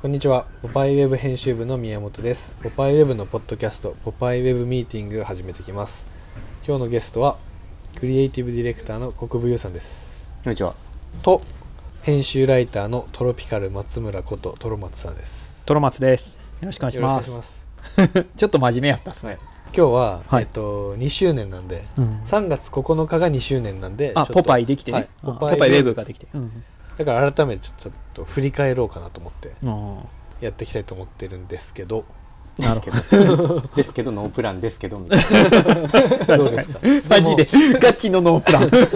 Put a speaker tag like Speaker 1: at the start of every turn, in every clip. Speaker 1: こんにちは。ポパイウェブ編集部の宮本です。ポパイウェブのポッドキャスト、ポパイウェブミーティングを始めてきます。今日のゲストは、クリエイティブディレクターの国分優さんです。
Speaker 2: こんにちは。
Speaker 1: と、編集ライターのトロピカル松村ことトロマツさんです。
Speaker 2: トロマツです。よろしくお願いし
Speaker 1: よろ
Speaker 2: ま
Speaker 1: しく
Speaker 2: す。
Speaker 1: お願いします。
Speaker 2: ちょっと真面目やったっすね。
Speaker 1: 今日は、
Speaker 2: はい
Speaker 1: えっと、2周年なんで、
Speaker 2: うん
Speaker 1: 3月9日が2周年なんで、ちょ
Speaker 2: あ、
Speaker 1: っと
Speaker 2: ポパイできてね。
Speaker 1: はい
Speaker 2: あ
Speaker 1: ポパイ
Speaker 2: ポパイウェブができて。うん
Speaker 1: だから改めてちょちょっと振り返ろうかなと思って、
Speaker 2: うん
Speaker 1: やっていきたいと思ってるんですけど、
Speaker 2: なるほど。
Speaker 3: ですけどノープランですけどみたいな
Speaker 1: どうですか
Speaker 2: マ ジで、ガチのノープ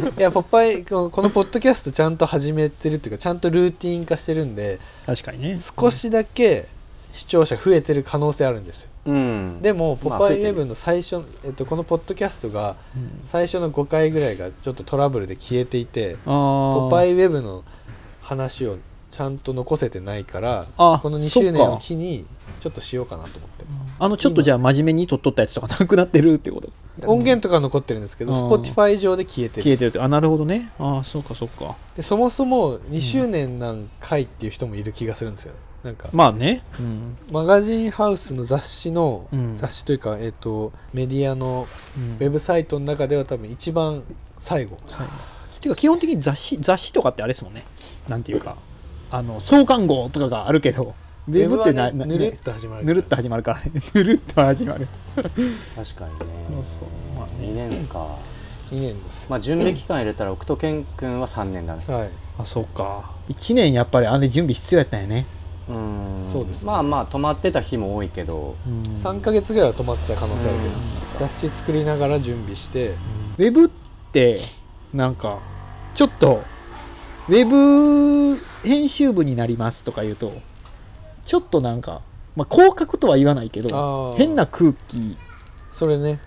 Speaker 2: ラン。
Speaker 1: いや、ポッパイ、このこのポッドキャストちゃんと始めてるっていうか、ちゃんとルーティン化してるんで、
Speaker 2: 確かにね。
Speaker 1: 少しだけ視聴者増えてる可能性あるんですよ。
Speaker 3: うん
Speaker 1: でも、ポ
Speaker 3: まあ
Speaker 1: ッパ
Speaker 3: 増え
Speaker 1: イ
Speaker 3: て
Speaker 1: ウェ
Speaker 3: る
Speaker 1: ブの最初、えっと、このポッドキャストが、
Speaker 2: うん。
Speaker 1: 最初の5回ぐらいがちょっとトラブルで消えていて、
Speaker 2: あー
Speaker 1: ポッパイウェブの話をちゃんと残せてないから、
Speaker 2: あ
Speaker 1: この2周年
Speaker 2: そっか
Speaker 1: を機に、ちょっとしようかなと思って。
Speaker 2: あの、ちょっとじゃあ真面目に撮っとったやつとかなくなってるってこと
Speaker 1: 音源とか残ってるんですけど、
Speaker 2: あー
Speaker 1: Spotify 上で消えてる
Speaker 2: 消えてるって。あ、なるほどね。ああ、そうかそうか。
Speaker 1: でそもそも2周年何回っていう人もいる気がするんですよねなんか
Speaker 2: まあね。うん。
Speaker 1: マガジンハウスの雑誌の、
Speaker 2: うん
Speaker 1: 雑誌というか、えっとメディアの
Speaker 2: うん
Speaker 1: ウェブサイトの中では多分一番最後
Speaker 2: てか基本的に雑誌雑誌とかってあれですもんねなんていうかあの創刊号とかがあるけどウェブってな
Speaker 1: ウェブはね
Speaker 2: な
Speaker 1: ぬるっと始まる
Speaker 2: ぬるっと始まるからね ぬるっと始まる
Speaker 3: 確かにね
Speaker 2: そうそうまあね
Speaker 3: 2年っすか
Speaker 1: 2年ですよ
Speaker 3: まあ準備期間入れたら奥戸健君は3年だね
Speaker 1: はい
Speaker 2: あそうか1年やっぱりあれ準備必要やったんやね
Speaker 3: うん
Speaker 1: そうですね
Speaker 3: まあまあ止まってた日も多いけど
Speaker 2: うん
Speaker 1: 3ヶ月ぐらいは止まってた可能性あるけど
Speaker 2: うん
Speaker 1: 雑誌作りながら準備して
Speaker 2: ウェブってなんかちょっとウェブ編集部になりますとか言うとちょっとなんか、まあ、広角とは言わないけど
Speaker 1: あー
Speaker 2: 変な空気
Speaker 1: それね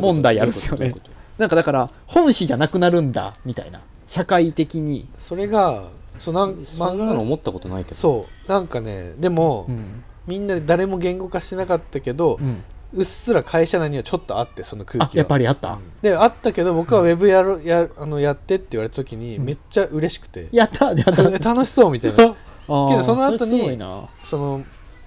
Speaker 2: 問題あるっすよねなんかだから本誌じゃなくなるんだみたいな社会的に、
Speaker 1: それがそうなん
Speaker 3: 漫画の
Speaker 1: 漫画
Speaker 3: 思ったことないけど
Speaker 1: そうなんかねでも、
Speaker 2: ん
Speaker 1: みんな誰も言語化してなかったけど、
Speaker 2: うん、
Speaker 1: うっすら会社内にはちょっとあってその空気
Speaker 2: あ
Speaker 1: は
Speaker 2: やっぱりあった、
Speaker 1: であったけど僕はウェブやるやあのやってって言われた時に
Speaker 2: うん
Speaker 1: めっちゃ嬉しくて、
Speaker 2: やったやった
Speaker 1: 楽しそうみたいな
Speaker 2: あー
Speaker 1: けどその後に
Speaker 2: れすごいな、
Speaker 1: その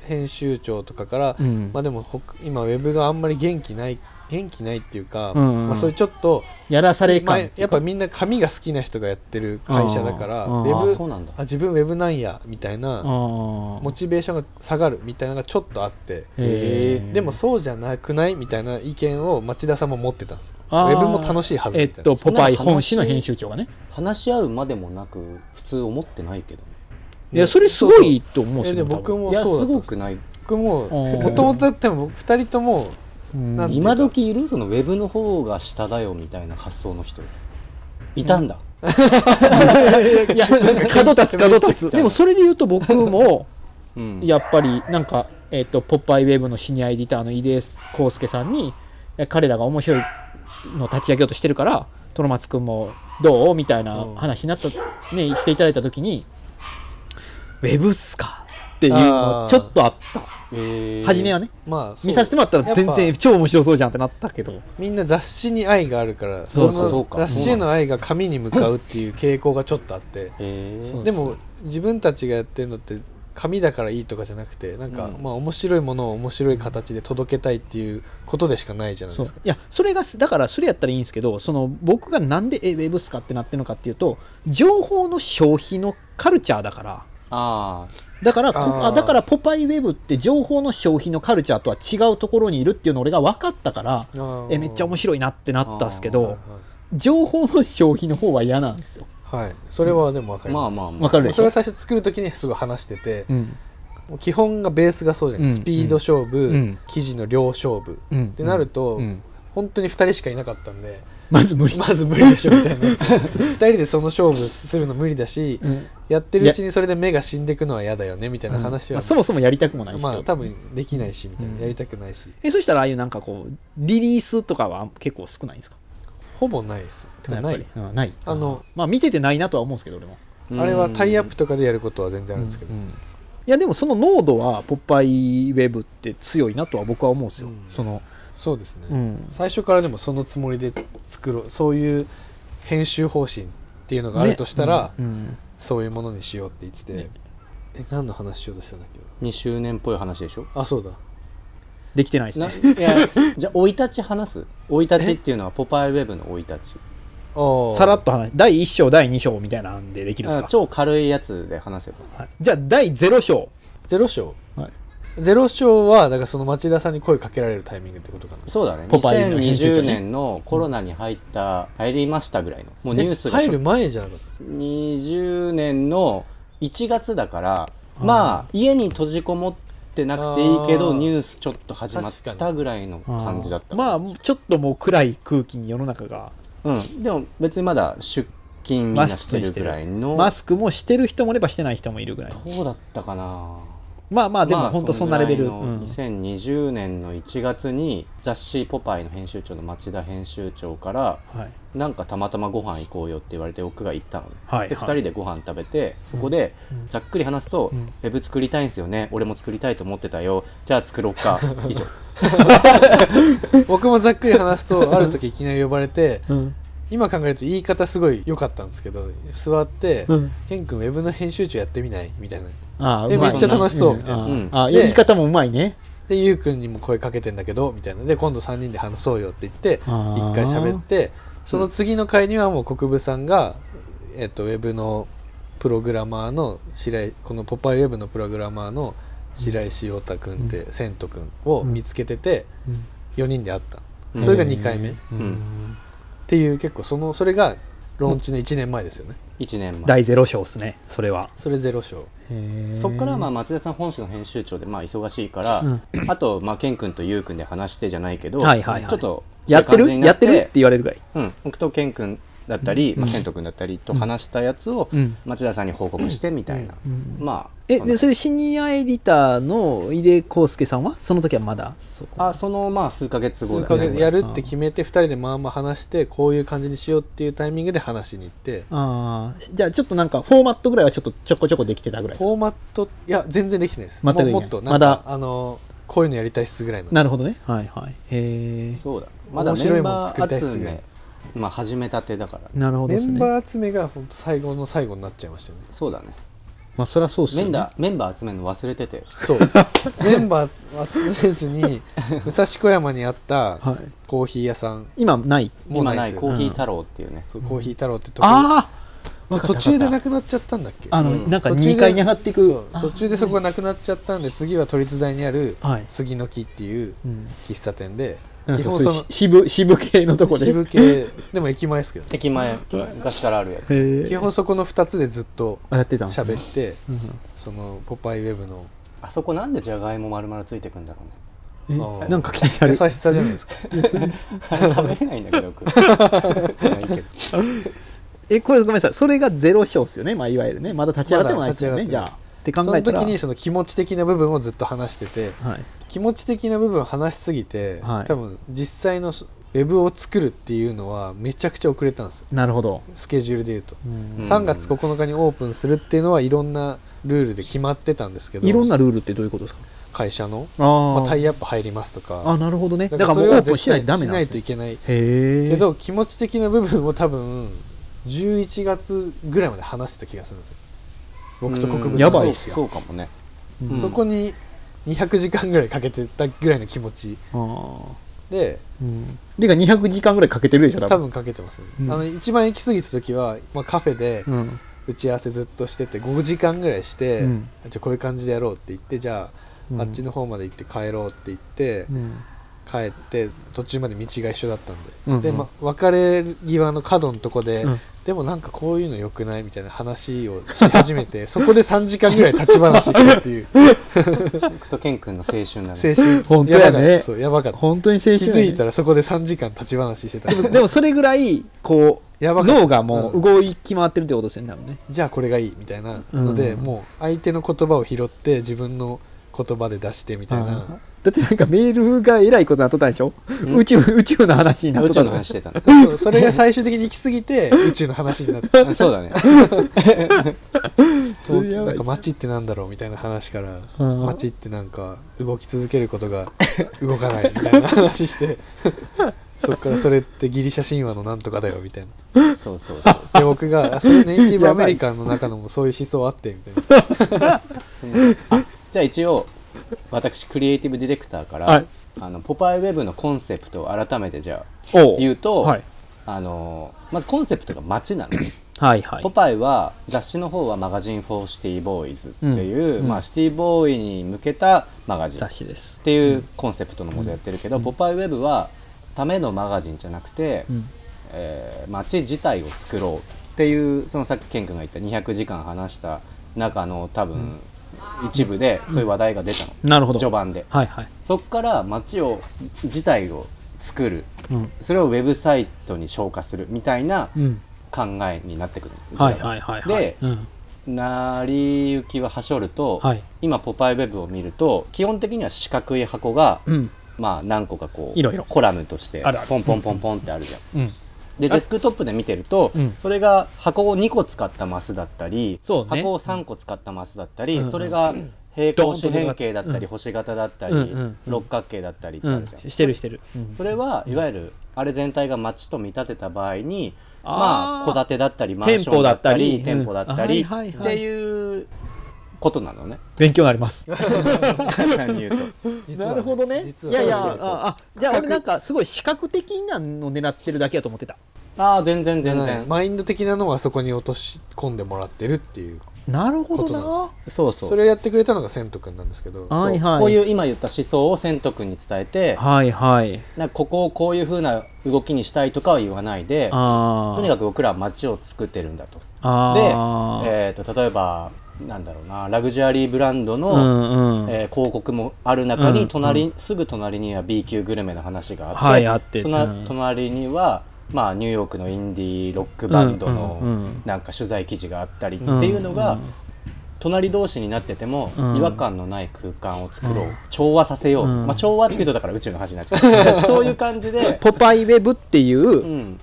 Speaker 1: 編集長とかから、
Speaker 2: うん
Speaker 1: まあでもほ今ウェブがあんまり元気ない元気ないっていうか、
Speaker 2: うんうん
Speaker 1: まあ、そういうちょっと
Speaker 2: やらされ
Speaker 1: まあ
Speaker 2: 感ってい
Speaker 1: や
Speaker 2: う
Speaker 1: っ
Speaker 2: か
Speaker 1: ぱみんな紙が好きな人がやってる会社だから
Speaker 2: あ
Speaker 1: ウ
Speaker 2: ー
Speaker 3: あ
Speaker 1: ェ
Speaker 3: そ
Speaker 1: ブ
Speaker 3: うなんだ
Speaker 1: あ自分ウェブなんやみたい
Speaker 2: あ
Speaker 1: な
Speaker 2: ー
Speaker 1: モチベーションが下がるみたいなのがちょっとあって
Speaker 2: へー
Speaker 1: でもそうじゃなくないみたいな意見を町田さんも持ってたんですよウ
Speaker 2: あー
Speaker 1: ェブも楽しいはず
Speaker 2: え
Speaker 1: み
Speaker 2: った
Speaker 1: いな、
Speaker 2: とポパイ本誌の編集長がね
Speaker 3: 話し合うまでもなく普通思ってないけどね
Speaker 2: いやそれすごいと思うんです
Speaker 1: えで
Speaker 2: よ多分
Speaker 1: 僕も
Speaker 3: いや
Speaker 1: そう
Speaker 3: す
Speaker 1: だったん
Speaker 3: ご
Speaker 1: です
Speaker 3: くない
Speaker 1: 僕も
Speaker 2: うん
Speaker 1: もともとだっても2人とも
Speaker 2: うん
Speaker 1: なんていうか
Speaker 3: 今時いるそのウェブの方が下だよみたいな発想の人いたんだ、
Speaker 2: いや 角立つ角立つでもそれで言うと僕も
Speaker 3: うん
Speaker 2: やっぱりなんか、えっとポッパイウェブのシニアエディターの井出康介さんにえ彼らが面白いのを立ち上げようとしてるからトロマツくんもどうみたいな話になった、ね、していただいた時に「ウェブっすか?」っていうの
Speaker 1: あー
Speaker 2: ちょっとあった
Speaker 3: えー
Speaker 2: 初めはね
Speaker 1: まあそう
Speaker 2: 見させてもらったら全
Speaker 1: や
Speaker 2: 然
Speaker 1: っ
Speaker 2: 超面白そうじゃんってなったけど
Speaker 1: みんな雑誌に愛があるから
Speaker 2: そうそう
Speaker 3: そう
Speaker 1: の
Speaker 3: か
Speaker 1: 雑誌への愛が紙に向かうっていう傾向がちょっとあって
Speaker 3: えー
Speaker 2: そう
Speaker 1: でも自分たちがやってるのって紙だからいいとかじゃなくてなんか、
Speaker 3: うん
Speaker 1: まあ面白いものを面白い形で届けたいっていうことでしかないじゃない
Speaker 2: そ
Speaker 1: で
Speaker 2: う
Speaker 1: すか
Speaker 2: いやそれがすだからそれやったらいいんですけどその僕がなんでえウェブっすかってなってるのかっていうと情報の消費のカルチャーだから。
Speaker 3: あ
Speaker 2: だからこ
Speaker 1: あー
Speaker 2: あだからポパイウェブって情報の消費のカルチャーとは違うところにいるっていうのを俺が分かったからえめっちゃ
Speaker 1: 白
Speaker 2: 面白いなってなったんですけ
Speaker 3: い
Speaker 2: ど情報の消費の方は嫌なんですよ。
Speaker 1: はい、はい、それはでも分か
Speaker 3: あ
Speaker 1: ります、
Speaker 3: まあまあま
Speaker 2: わ
Speaker 3: あ
Speaker 2: かる
Speaker 1: も
Speaker 2: で
Speaker 1: う
Speaker 2: し
Speaker 1: それ
Speaker 2: ょ
Speaker 1: は、最初作る時にすごい話してて、
Speaker 2: うん
Speaker 1: もう基本がベースがそうじゃない、
Speaker 2: うん
Speaker 1: スピード勝負、
Speaker 2: うん
Speaker 1: 記事の量勝負、
Speaker 2: うん、
Speaker 1: ってなると、
Speaker 2: うん
Speaker 1: 本当に2人しかいなかったんで
Speaker 2: まず無理、
Speaker 1: まず無理でしょみたいな2 人でその勝負するの無理だし
Speaker 2: うん
Speaker 1: やってるうちにそれで目が死んでいくのは嫌だよねみたいな話
Speaker 2: まあ
Speaker 1: は、
Speaker 2: そもそもやりたくもない人、
Speaker 1: まあ多分できないしみたいな、
Speaker 2: うん
Speaker 1: やりたくないし
Speaker 2: えそしたらああいうなんかこうリリースとかは結構少ないんですか
Speaker 1: ほぼないですてかな
Speaker 2: やっ
Speaker 1: い
Speaker 2: ぱりうんない
Speaker 1: あの
Speaker 2: まあ見ててないなとは思うんですけど俺も。
Speaker 1: あれはタイアッ
Speaker 3: うん
Speaker 1: プとかでやることは全然あるんですけど、
Speaker 2: いやでもその濃度はポッパイウェブって強いなとは僕は思うんですよ。
Speaker 1: うん
Speaker 2: その
Speaker 1: そうですね、
Speaker 2: うん
Speaker 1: 最初からでもそのつもりで作ろうそういう編集方針っていうのがあるとしたら、
Speaker 2: ねうん
Speaker 1: そういうものにしようって言ってて、え何の話しようとしたんだっけ
Speaker 3: 2周年っぽい話でしょ
Speaker 1: あそうだ
Speaker 2: できてない です
Speaker 3: な
Speaker 2: ね
Speaker 3: いやじゃあ生い立ち話す生い立ちっていうのはポパイウェブの生い立ち
Speaker 1: ああ
Speaker 2: さらっと話第1章第2章みたいなんでできるんです
Speaker 3: あ
Speaker 2: か
Speaker 3: 超軽いやつで話せば
Speaker 2: はいじゃあ第0章
Speaker 1: ゼロ章
Speaker 2: はい
Speaker 1: ゼロ章はだからその町田さんに声かけられるタイミングってことかな
Speaker 3: そうだね
Speaker 2: ポパイの編集長
Speaker 3: 2020
Speaker 2: ね
Speaker 3: 年のコロナに入った、入りましたぐらいのもうニュースが
Speaker 1: え
Speaker 3: ち
Speaker 1: 入
Speaker 3: ょ
Speaker 1: る前じゃなかっ
Speaker 3: 20年の1月だからまあ家に閉じこもってなくていいけ
Speaker 1: あ
Speaker 3: ど
Speaker 1: ー
Speaker 3: ニュースちょっと始まっ
Speaker 1: 確か
Speaker 3: たぐらいの感じだった
Speaker 2: まあちょっともう暗い空気に世の中が
Speaker 3: うんでも別にまだ出勤みんなしてるぐらいの
Speaker 2: マスクもしてる人もいればしてない人もいるぐらい
Speaker 3: どうだったかな
Speaker 2: まあまあで
Speaker 3: ま
Speaker 2: も
Speaker 3: あ
Speaker 2: 本当そんなレベル、
Speaker 3: そんぐらい
Speaker 2: う
Speaker 3: の
Speaker 2: ん
Speaker 3: 2020年の1月に雑誌「ポパイ」の編集長の町田編集長から
Speaker 2: はい
Speaker 3: なんかたまたまご飯行こうよって言われて僕が行ったのね、
Speaker 2: はい
Speaker 3: で
Speaker 2: は
Speaker 3: 2
Speaker 2: い
Speaker 3: 人でご飯食べてそこでざっくり話すと「
Speaker 2: うん
Speaker 3: ウェブ作りたいんですよね俺も作りたいと思ってたよじゃあ作ろ っか」以上
Speaker 1: た僕もざっくり話すとある時いきなり呼ばれて
Speaker 2: うん
Speaker 1: 今考えると言い方すごい良かったんですけど座って
Speaker 2: うん
Speaker 1: 「ケン君ウェブの編集長やってみない?」みたいな
Speaker 2: ああ
Speaker 1: え
Speaker 2: うまい
Speaker 1: めっちゃ楽しそうみたいな
Speaker 2: ああ
Speaker 3: うん
Speaker 2: ああ
Speaker 1: で
Speaker 2: 言い方もうまいね
Speaker 1: でゆうくんにも声かけてんだけどみたいなで今度3人で話そうよって言って
Speaker 2: あー
Speaker 1: 一回喋ってその次の回にはもう国分さんが、えっと、ウェブのプログラマーの白井この「ポパイウェブ」のプログラマーの白石陽太くんって、セントくんを見つけてて、
Speaker 2: うん
Speaker 1: 4人で会った
Speaker 3: うん
Speaker 1: それが2回目、っ
Speaker 3: ん
Speaker 1: ていう結構そのそれがローンチの1年前ですよね
Speaker 3: 1年前
Speaker 2: 第0章ですねそれは
Speaker 1: それゼロ章
Speaker 3: そっからまあ町田さん本誌の編集長でまあ忙しいから、
Speaker 2: うん
Speaker 3: あとまあケン君とユウ君で話してじゃないけど、
Speaker 2: はいはいはい
Speaker 3: ちょっと
Speaker 2: やって
Speaker 3: そういう感じ
Speaker 2: る
Speaker 3: にな
Speaker 2: やってるって言われるぐらい
Speaker 3: うん、僕とケン君だったり、まあ、セント君だったりと話したやつを
Speaker 2: うん
Speaker 3: 町田さんに報告してみたいな、まあ
Speaker 2: え
Speaker 3: その
Speaker 2: でそれシニアエディターの井出康介さんはその時はまだそこ
Speaker 3: あそのまあ数ヶ月後
Speaker 1: 数
Speaker 3: だ
Speaker 1: ヶ
Speaker 3: ね
Speaker 1: 月やるって決めて2人でまあまあ話してこういう感じにしようっていうタイミングで話しに行って
Speaker 2: あーじゃあちょっとなんかフォーマットぐらいはちょっとちょこちょこできてたぐらいです
Speaker 1: フォーマットいや全然できてないです
Speaker 2: 全くできない
Speaker 1: もうもっとなんか
Speaker 2: まだ
Speaker 1: あのこういうのやりたいっすぐらいの
Speaker 2: なるほどねはいはいへ
Speaker 3: そうだまだ
Speaker 1: 面
Speaker 3: メ
Speaker 1: 白い
Speaker 3: ン
Speaker 1: もん
Speaker 3: バ
Speaker 1: 作りたいっ
Speaker 3: ー
Speaker 1: す
Speaker 3: 集
Speaker 1: ね
Speaker 3: めまあ始めたてだから
Speaker 2: えなるほど
Speaker 1: メ
Speaker 2: です
Speaker 1: ン
Speaker 2: ね
Speaker 1: バー集めが本当最後の最後になっちゃいましたよね
Speaker 3: そうだね
Speaker 2: まあそりゃそうっす
Speaker 3: メ
Speaker 2: よ
Speaker 3: ン
Speaker 2: ね
Speaker 3: バーメンバー集めるの忘れてて
Speaker 1: そう メンバー集めずに武蔵小山にあった
Speaker 2: はい
Speaker 1: コーヒー屋さん
Speaker 2: 今ない
Speaker 1: もう
Speaker 3: 今
Speaker 1: な
Speaker 3: ないい
Speaker 1: です
Speaker 3: コ
Speaker 1: よ
Speaker 3: ーヒー太郎っていうね、
Speaker 1: そうコーヒー太郎ってとこ
Speaker 2: ああ
Speaker 1: 途中でな
Speaker 2: く
Speaker 1: くなっちゃったんだっけ
Speaker 2: あの、
Speaker 3: うん
Speaker 2: なんか
Speaker 1: 途中で
Speaker 2: 2階に上がってい
Speaker 1: そ
Speaker 2: く
Speaker 1: う途中でそこがなくなっちゃったんで次は都立大にある
Speaker 2: はい
Speaker 1: 杉の木っていう
Speaker 2: うん
Speaker 1: 喫茶店で
Speaker 2: なん
Speaker 1: 基
Speaker 2: か
Speaker 1: 本
Speaker 2: そういう
Speaker 1: そ
Speaker 2: し渋渋系のとこ
Speaker 1: の
Speaker 2: で
Speaker 1: 渋系でも駅前ですけどね
Speaker 3: 駅前昔からあるやつ
Speaker 2: へ
Speaker 1: 基
Speaker 2: え
Speaker 1: 本そこの2つでずっと
Speaker 2: やってたんですね
Speaker 1: 喋って
Speaker 2: うん
Speaker 1: そのポパイウェブの
Speaker 3: あそこなんでじゃがいも丸々ついてくんだろうね
Speaker 2: え
Speaker 1: あー
Speaker 2: なんか気にな
Speaker 1: 優
Speaker 2: る
Speaker 1: しさじゃないですか
Speaker 3: 食べれないんだけど僕ないけど
Speaker 2: えこれごめんなさいそれがゼロ章っすよねまあいわゆるねまだ立ち上がってもないですよ
Speaker 1: ま
Speaker 2: ね、
Speaker 1: だ立ち
Speaker 2: じ
Speaker 1: 上が
Speaker 2: ゃ
Speaker 1: っ
Speaker 2: あ
Speaker 1: て
Speaker 2: って考
Speaker 1: その
Speaker 2: えたら
Speaker 1: 時にその気持ち的な部分をずっと話してて
Speaker 2: はい
Speaker 1: 気持ち的な部分を話しすぎて、
Speaker 2: はい
Speaker 1: 多分実際のウェブを作るっていうのはめちゃくちゃ遅れたんですよ
Speaker 2: なるほど、
Speaker 1: スケジュールでいうと、
Speaker 2: うん
Speaker 1: 3月9日にオープンするっていうのはいろんなルールで決まってたんですけど
Speaker 2: いろんなルールってどういうことですか
Speaker 1: 会社の、
Speaker 2: あー、
Speaker 1: まあ、タイアップ入りますとか
Speaker 2: あなるほどねだから
Speaker 1: そ
Speaker 2: もう
Speaker 1: れ
Speaker 2: オ
Speaker 1: は
Speaker 2: ープンしないとダメ
Speaker 1: 絶
Speaker 2: な
Speaker 1: 対しない
Speaker 2: んです
Speaker 1: とい
Speaker 2: ね
Speaker 1: けない
Speaker 2: へえ
Speaker 1: けど気持ち的な部分を多分11月ぐらいまで話してた気がするんですよ僕と国分さ
Speaker 3: うん
Speaker 1: ん
Speaker 2: やばいっすよ
Speaker 3: そうそうかもね
Speaker 2: うん
Speaker 1: そこに200時間ぐらいかけてたぐらいの気持ち
Speaker 2: あー
Speaker 1: で
Speaker 2: うんでか200時間ぐらいかけてるでしょ
Speaker 1: 多分かけてますね、
Speaker 2: うん
Speaker 1: あの一番行き過ぎた時は、まあ、カフェで
Speaker 2: うん
Speaker 1: 打ち合わせずっとしてて5時間ぐらいして、
Speaker 2: うん
Speaker 1: じゃあこういう感じでやろうって言ってじゃあ、
Speaker 2: うん
Speaker 1: あっちの方まで行って帰ろうって言って、
Speaker 2: うん
Speaker 1: 帰って途中まで道が一緒だったんで、
Speaker 2: うんうん
Speaker 1: で、ま、別れ際の角のとこで、
Speaker 2: うん
Speaker 1: でもなんかこういうの良くないみたいな話をし始めて そこで3時間ぐらい立ち話してって いう
Speaker 3: 僕とケン君の青春だね
Speaker 1: 青春
Speaker 2: 本当
Speaker 1: ば
Speaker 2: やね
Speaker 1: かったそうやばかった
Speaker 2: 本当に青春
Speaker 1: 気
Speaker 2: や
Speaker 1: づ
Speaker 2: ね
Speaker 1: いたらそこで3時間立ち話してた
Speaker 2: でもでもそれぐらいこう
Speaker 1: やばかった
Speaker 2: 脳がもう動き回ってるってことですよね多分ね
Speaker 1: じゃあこれがいいみたいなので、
Speaker 2: うん
Speaker 1: もう相手の言葉を拾って自分の言葉で出してみたい
Speaker 2: あー
Speaker 1: な
Speaker 2: だってなんかメールがえらいことになっとったんでしょ
Speaker 3: ん
Speaker 2: 宇宙宇宙の話になっ
Speaker 3: 宇
Speaker 2: とったん
Speaker 3: 宙の
Speaker 2: で
Speaker 3: 話し
Speaker 2: しょ
Speaker 3: てたね
Speaker 1: そうそれが最終的に行き過ぎて宇宙の話になって
Speaker 3: うん そうだね
Speaker 2: そ れやば
Speaker 1: ないん
Speaker 2: っす
Speaker 1: か街ってなんだろうみたいな話から
Speaker 2: うん
Speaker 1: 街 ってなんか動き続けることが動かないみたいな話してそっからそれってギリシャ神話のなんとかだよみたいな
Speaker 3: そうそうそう
Speaker 1: で僕があそれネイティブアメリカンの中のもそういう思想あってみたいな
Speaker 3: そのあじゃあ一応私クリエイティブディレクターから、
Speaker 2: はい
Speaker 3: あのポパイウェブのコンセプトを改めてじゃあ
Speaker 2: お
Speaker 3: 言うと、
Speaker 2: はい
Speaker 3: あのまずコンセプトが街なの
Speaker 2: はいはい
Speaker 3: ポパイは雑誌の方はマガジン・フォー・シティ・ボーイズっていう、
Speaker 2: うん
Speaker 3: まあ、シティボーイに向けたマガジンっ
Speaker 2: 雑誌です
Speaker 3: ていうコンセプトのもとやってるけど、ポパイウェブはためのマガジンじゃなくて、
Speaker 2: うん
Speaker 3: えー街自体を作ろうっていうそのさっき健君が言った200時間話した中の多分一部でそういう話題が出たの、
Speaker 2: なるほど
Speaker 3: 序盤で
Speaker 2: はいはい
Speaker 3: そっから街を自体を作る
Speaker 2: うん
Speaker 3: それをウェブサイトに消化するみたいな
Speaker 2: うん
Speaker 3: 考えになってくるの
Speaker 2: はいはいはいはい
Speaker 3: で
Speaker 2: うん
Speaker 3: 成り行きははしょると、
Speaker 2: はい
Speaker 3: 今「ポパイウェブ」を見ると基本的には四角い箱が、
Speaker 2: うん
Speaker 3: まあ、何個かこう
Speaker 2: いろいろ
Speaker 3: コラムとして
Speaker 2: あるある
Speaker 3: ポンポンポンポンってあるじゃん。
Speaker 2: うん
Speaker 3: でデスクトップで見てると、
Speaker 2: うん
Speaker 3: それが箱を2個使ったマスだったり、
Speaker 2: そうね
Speaker 3: 箱を3個使ったマスだったり、
Speaker 2: うんうん
Speaker 3: それが平行四
Speaker 2: ドーンと
Speaker 3: 辺形だったり、星型だったり、
Speaker 2: うんうんうん
Speaker 3: 六角形だったりって
Speaker 2: う
Speaker 3: ある
Speaker 2: ん
Speaker 3: じゃん。
Speaker 2: してるしてるうん
Speaker 3: それはいわゆるあれ全体が街と見立てた場合に
Speaker 2: あー
Speaker 3: まあ戸建てだったりマンションだったり
Speaker 2: 店
Speaker 3: 店
Speaker 2: 舗
Speaker 3: 舗
Speaker 2: だ
Speaker 3: だ
Speaker 2: っ
Speaker 3: ったた
Speaker 2: り
Speaker 3: り
Speaker 2: うんはいはい
Speaker 3: っ
Speaker 2: はい
Speaker 3: ていうことな のね
Speaker 2: 勉強になります
Speaker 3: 簡単に言うと。
Speaker 1: 実は
Speaker 2: なるほどね
Speaker 1: 実
Speaker 2: い
Speaker 1: は
Speaker 2: やいや
Speaker 1: そうそうそう
Speaker 2: ああじゃあ俺なんかすごい視覚的なのを狙ってるだけやと思ってた
Speaker 3: ああ全然全
Speaker 1: はい
Speaker 3: 然。
Speaker 1: マインド的なのはそこに落とし込んでもらってるっていう
Speaker 2: なるほ
Speaker 1: こと
Speaker 2: ど
Speaker 1: な
Speaker 2: な
Speaker 3: そうそ
Speaker 1: そうれをやってくれたのが千斗くんなんですけど
Speaker 2: はいはい
Speaker 3: こういう今言った思想を千斗君に伝えて
Speaker 2: はいはい
Speaker 3: なんかここをこういうふうな動きにしたいとかは言わないで
Speaker 2: あ
Speaker 3: とにかく僕らは街を作ってるんだと。で、
Speaker 2: あー
Speaker 3: えー、と例えばなんだろうなラグジュアリーブランドの、
Speaker 2: うんうん
Speaker 3: えー広告もある中
Speaker 2: うん
Speaker 3: に隣、すぐ隣には B 級グルメの話があって,、
Speaker 2: はいあって
Speaker 3: そ
Speaker 2: うん
Speaker 3: の隣には、まあ、ニューヨークのインディーロックバンド
Speaker 2: うんうんう
Speaker 3: の
Speaker 2: ん
Speaker 3: なんか取材記事があったりっていうのが、
Speaker 2: うんうん
Speaker 3: 隣同士になってても
Speaker 2: うん
Speaker 3: 違和感のない空間を作ろう、
Speaker 2: うん
Speaker 3: 調和させよう、
Speaker 2: うん
Speaker 3: まあ、調和っていうとだから宇宙の話になっちゃう そういう感じで、
Speaker 2: ポパイウェブっていうう、
Speaker 3: ん、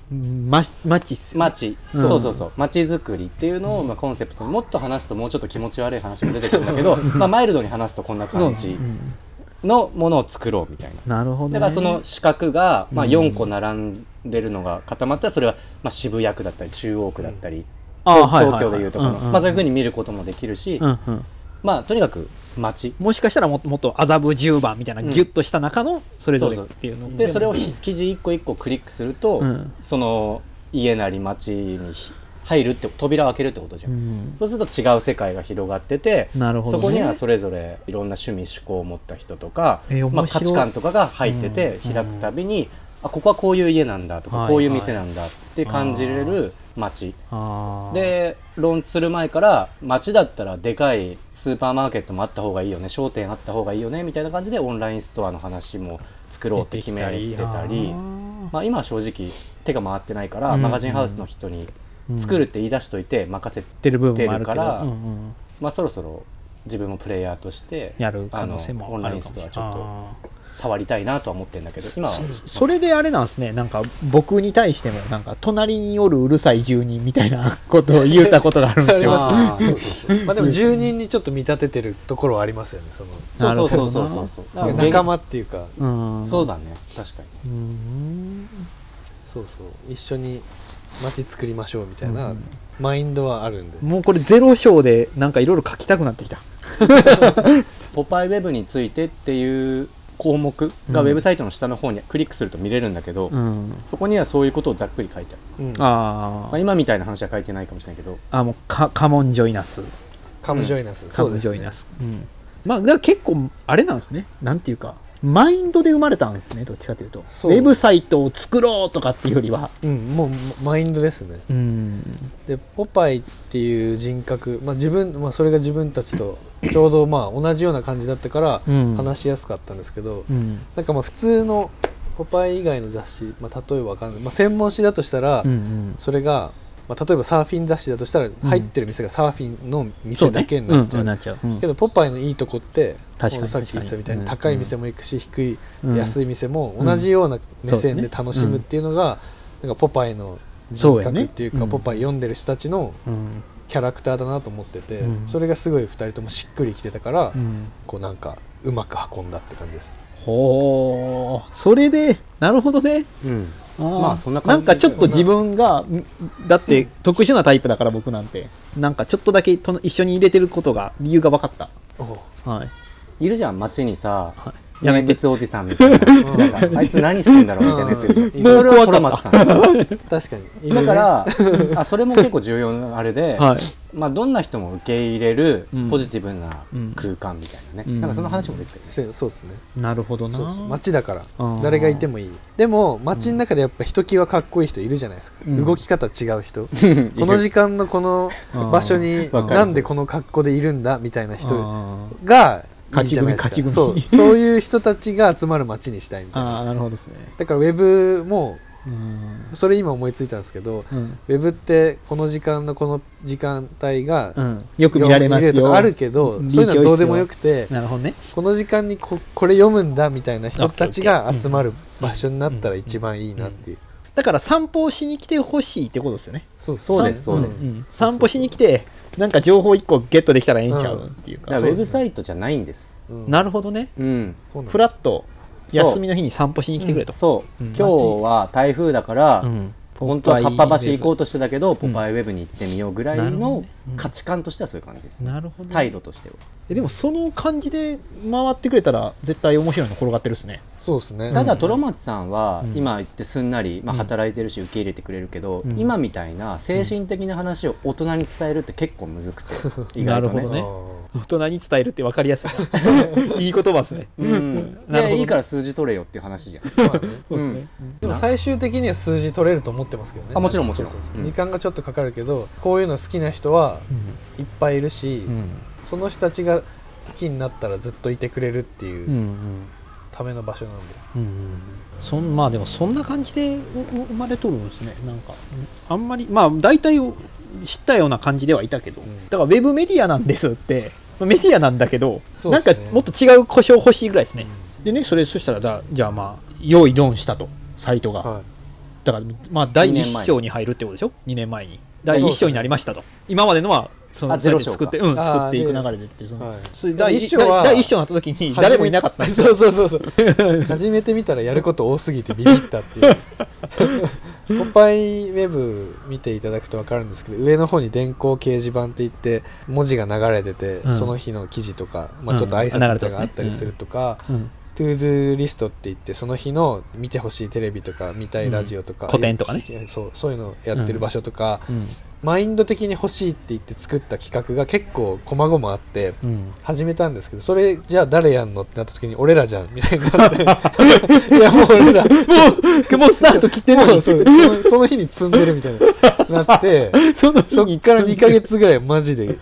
Speaker 2: ま、街っすよね
Speaker 3: 街、
Speaker 2: うん
Speaker 3: そうそうそう街づくりっていうのを、まあ、コンセプトにもっと話すともうちょっと気持ち悪い話も出てくるんだけ ど、まあ、マイルドに話すとこんな
Speaker 2: そう
Speaker 3: 感
Speaker 2: です
Speaker 3: じ
Speaker 2: うん
Speaker 3: のものを作ろうみたいな。
Speaker 2: なるほど、ね、
Speaker 3: だからその四角が、まあ、
Speaker 2: うん
Speaker 3: 4個並んでるのが固まったらそれは、まあ、渋谷区だったり中央区だったり、
Speaker 2: あーはいはいはい
Speaker 3: 東京でいうとこの、
Speaker 2: うんうん
Speaker 3: まあ、そういうふうに見ることもできるし、
Speaker 2: うんうん
Speaker 3: まあ、とにかく街
Speaker 2: もしかしたらももっと麻布十番みたいな
Speaker 3: うん
Speaker 2: ギュッとした中のそれぞれっ
Speaker 3: そうそう
Speaker 2: ていうの
Speaker 3: でそれをひ記事一個一個クリックすると、
Speaker 2: うん
Speaker 3: その家なり街にひ入るって扉を開けるってことじゃん。
Speaker 2: うん
Speaker 3: そうすると違う世界が広がってて
Speaker 2: なるほどね
Speaker 3: そこにはそれぞれいろんな趣味趣向を持った人とか、
Speaker 2: えー面
Speaker 3: まあ、
Speaker 2: 白
Speaker 3: 価
Speaker 2: い
Speaker 3: 値観とかが入ってて
Speaker 2: うん
Speaker 3: 開くたびに、あここはこういう家なんだとか、
Speaker 2: はい
Speaker 3: こういう店なんだって感じれる街
Speaker 2: あー
Speaker 3: で論する前から街だったらでかいスーパーマーケットもあった方がいいよね商店あった方がいいよねみたいな感じでオンラインストアの話も作ろうって決めて
Speaker 2: あ
Speaker 3: たり。
Speaker 2: ー
Speaker 3: まあ、今は正直手が回ってないから、
Speaker 2: うん
Speaker 3: マガジンハウスの人に
Speaker 2: うん
Speaker 3: 作るって言い出しといて任せて
Speaker 2: ってる部分もあるけ
Speaker 3: 出るから
Speaker 2: ど、うんうん
Speaker 3: まあ、そろそろ自分もプレイヤーとして
Speaker 2: やる可能性も
Speaker 3: あのオン
Speaker 2: あ
Speaker 3: ラ
Speaker 2: る
Speaker 3: イン
Speaker 2: か
Speaker 3: ス
Speaker 2: も
Speaker 3: ト
Speaker 2: しれ
Speaker 3: アち
Speaker 2: ない
Speaker 3: ょっと触りたいなとは思ってるんだけど今は
Speaker 2: そそれであれなんですねなんか僕に対してもなんか隣におるうるさい住人みたいなことを言うたことがあるんですよ
Speaker 3: あーそうそう
Speaker 1: まあでも住人にちょっと見立ててるところはありますよねその
Speaker 2: なるほ
Speaker 3: そ
Speaker 2: ど
Speaker 3: う
Speaker 2: な
Speaker 3: そうそうそうだから
Speaker 1: 仲間っていうか
Speaker 2: うん
Speaker 3: そうだね確かにね
Speaker 2: うん
Speaker 1: そうそう一緒に街作りましょうみたいな、
Speaker 2: うん
Speaker 1: マインドはあるんで
Speaker 2: もうこれゼロ章でなんかいろいろ書きたくなってきた
Speaker 3: 「ポパイウェブについて」っていう項目がウェブサイトの下の方にクリックすると見れるんだけど、
Speaker 2: うん
Speaker 3: そこにはそういうことをざっくり書いてある、
Speaker 1: うん
Speaker 2: あ
Speaker 3: まあ、
Speaker 2: ー
Speaker 3: 今みたいな話は書いてないかもしれないけど
Speaker 2: あもうカカモンジョイナス
Speaker 1: カムジョイナス、
Speaker 2: カ
Speaker 1: そう
Speaker 2: ム
Speaker 1: です
Speaker 2: ジョイナス、うんまあだから結構あれなんですねなんていうかマインドで生まれたんですねどっちかというとウ
Speaker 1: そう
Speaker 2: ェブサイトを作ろうとかっていうよりは
Speaker 1: うんもうマインドですね
Speaker 2: うん
Speaker 1: でポパイっていう人格、まあ、自分、まあ、それが自分たちとちょうどまあ同じような感じだったから
Speaker 2: うん
Speaker 1: 話しやすかったんですけど、
Speaker 2: うん
Speaker 1: なんかまあ普通のポパイ以外の雑誌、まあ、例えばわかんない、まあ、専門誌だとしたら、
Speaker 2: うんうん
Speaker 1: それが、まあ、例えばサーフィン雑誌だとしたら入ってる店がサーフィンの店
Speaker 2: そうね
Speaker 1: だけになっちゃう,、
Speaker 2: うんなっちゃう、うん
Speaker 1: けどポパイのいいとこって
Speaker 2: 確かに
Speaker 1: このさっき言ってたみたいに
Speaker 2: 確か
Speaker 1: 高
Speaker 2: に
Speaker 1: い店も行くし、低い、
Speaker 2: うん
Speaker 1: 安い店も同じような目線で楽しむっていうのが、なんかポパイの人格っていう
Speaker 2: そうやね
Speaker 1: か
Speaker 2: うん
Speaker 1: ポパイ読んでる人たちの
Speaker 2: うん
Speaker 1: キャラクターだなと思ってて、
Speaker 2: うん
Speaker 1: それがすごい2人ともしっくりきてたから、
Speaker 2: うん
Speaker 1: こうなんかうまく運んだって感じです。
Speaker 2: ほうそれでなるほどね
Speaker 3: うん
Speaker 2: あー
Speaker 3: まあそんな感じ
Speaker 2: んかちょっと自分がんだって特殊なタイプだから僕なんてなんかちょっとだけとの一緒に入れてることが理由が分かったはい
Speaker 3: いるじゃん街にさ、
Speaker 2: やめ
Speaker 3: 名
Speaker 2: て
Speaker 3: 物おじさんみたいななんかあいつ何してんだろうみたいなやついるじゃ
Speaker 1: うんん
Speaker 3: それはトラマツさんだ
Speaker 1: 確かに
Speaker 3: からあそれも結構重要なあれで、
Speaker 2: はい
Speaker 3: まあ、どんな人も受け入れる
Speaker 2: うん
Speaker 3: ポジティブな空間みたいなね、
Speaker 2: うん
Speaker 3: なんかその話も出てるね、
Speaker 1: そうそうですね
Speaker 2: なるほどな
Speaker 1: そうそう街だから
Speaker 2: あー
Speaker 1: 誰がいてもいいでも街の中でやっぱひときわかっこいい人いるじゃないですか、
Speaker 2: うん
Speaker 1: 動き方違う 人この時間のこの場所に
Speaker 2: あー
Speaker 1: なんでこの格好でいるんだみたいな人
Speaker 2: あー
Speaker 1: がいいじゃないですか
Speaker 2: 勝ち組
Speaker 1: そ
Speaker 2: 勝
Speaker 1: う
Speaker 2: ち組
Speaker 1: そういう人たちが集まる街にしたいみたいな
Speaker 2: あーなるほどですね
Speaker 1: だからウェブも
Speaker 2: うん
Speaker 1: それ今思いついたんですけど
Speaker 2: うん、
Speaker 1: ウェブってこの時間のこの時間帯が
Speaker 2: うん、よく見られます
Speaker 1: 読
Speaker 2: よ
Speaker 1: むあるけど
Speaker 2: うん
Speaker 1: そういうのはどうでもよくて
Speaker 2: なるほどね
Speaker 1: この時間にここれ読むんだみたいな人たちが集まる場所になったら一番いいなっていう
Speaker 2: だから散歩をしに来てほしいってことですよね
Speaker 1: そうそ
Speaker 3: そうう
Speaker 1: で
Speaker 3: ですす
Speaker 1: そ
Speaker 3: そうう
Speaker 1: で
Speaker 3: ですす、
Speaker 2: うん散歩しに来てなんか情報1個ゲットできたらええんちゃうっていう
Speaker 3: だか
Speaker 2: か、
Speaker 3: らウェブサイトじゃないんです
Speaker 2: なるほどね
Speaker 3: うん
Speaker 2: フラッと休みの日に散歩しに来てくれと、
Speaker 3: そう、
Speaker 2: うん
Speaker 3: 今日は台風だから、
Speaker 2: うん
Speaker 3: 本当はかっぱ橋行こう
Speaker 2: ポ
Speaker 3: としてたけど、
Speaker 2: ん
Speaker 3: ポパイウェブに行ってみようぐら
Speaker 2: ないるほど
Speaker 3: の
Speaker 2: ねうん
Speaker 3: 価値観としてはそういう感じです、
Speaker 2: パイなるほど
Speaker 3: 態度としては
Speaker 2: えでもその感じで回ってくれたら絶対面白いの転がってるっすね
Speaker 1: そうですね
Speaker 3: ただ
Speaker 1: うん
Speaker 3: トロマツさんは
Speaker 2: うん
Speaker 3: 今言ってすんなり、まあ、
Speaker 2: うん
Speaker 3: 働いてるし受け入れてくれるけど、
Speaker 2: うん
Speaker 3: 今みたいな精神的な話を大人に伝えるって結構むずくて、 意
Speaker 2: な
Speaker 3: 外
Speaker 2: る
Speaker 3: と
Speaker 2: ほ
Speaker 1: あ
Speaker 2: ど
Speaker 3: ね
Speaker 2: ね
Speaker 1: ー
Speaker 2: 大人に伝えるって分かりやすいい い言葉ですね
Speaker 3: うん、
Speaker 2: なるほど
Speaker 3: でいいから数字取れよっていう 話じゃん
Speaker 1: まあね
Speaker 2: そうですね、
Speaker 1: でも最終的には数字取れると思ってますけどね
Speaker 3: あもちろんもちろん
Speaker 1: そうそうそう
Speaker 3: うん
Speaker 1: 時間がちょっとかかるけどこういうの好きな人はいっぱいいるし
Speaker 2: うんうん
Speaker 1: その人たちが好きになったらずっといてくれるっていううんための場所なんで
Speaker 2: うんそんまあでもそんな感じでうう生まれとるんですねなんかあんまりまあ大体を知ったような感じではいたけど、
Speaker 1: ん
Speaker 2: だからウェブメディアなんですってまあメディアなんだけど、
Speaker 1: そう
Speaker 2: な
Speaker 1: で
Speaker 2: ん
Speaker 1: すね
Speaker 2: かもっと違う故障欲しいぐらいですね、でねそれそしたらだじゃあまあ用意ドンしたとサイトが、
Speaker 1: はい
Speaker 2: だからまあ第
Speaker 3: 二
Speaker 2: 一
Speaker 3: 年前
Speaker 2: 章に入るってことでしょ2年前に第一章になりましたと、今までのはその
Speaker 3: あゼロ
Speaker 2: そ
Speaker 3: 章
Speaker 2: れ
Speaker 3: か
Speaker 2: で作って、うん、
Speaker 1: あー
Speaker 2: 作っていく流れでっていうその、
Speaker 1: はい
Speaker 2: それ第
Speaker 1: 第一
Speaker 2: 一
Speaker 1: 章は
Speaker 2: 第第一章になった時に誰もいなかったんですよそうそうそうそう
Speaker 1: 始めてみたらやること多すぎてビビったっていうポパイウェブ見ていただくと分かるんですけど上の方に電光掲示板っていって文字が流れてて、
Speaker 2: ん
Speaker 1: その日の記事とか、ま
Speaker 2: う
Speaker 1: あ、
Speaker 2: ん
Speaker 1: ちょっと挨拶とかがあった
Speaker 2: 流れてますね
Speaker 1: りするとか、
Speaker 2: うん
Speaker 1: トゥードゥーリストって言ってその日の見てほしいテレビとか見たいラジオとか、
Speaker 2: うん古典とかね
Speaker 1: いやそうそういうのをやってる場所とか、
Speaker 2: うん
Speaker 1: マインド的に欲しいって言って作った企画が結構細々あって。
Speaker 2: うん
Speaker 1: 始めたんですけどそれじゃあ誰やんのってなった時に俺らじゃんみたいになって いやもう俺ら
Speaker 2: もうスタート切ってるの
Speaker 1: もう
Speaker 2: に、そ
Speaker 1: そうそのその日に積んでるみたいななって
Speaker 2: の日
Speaker 1: そ
Speaker 2: に
Speaker 1: っから2ヶ月ぐらいマジで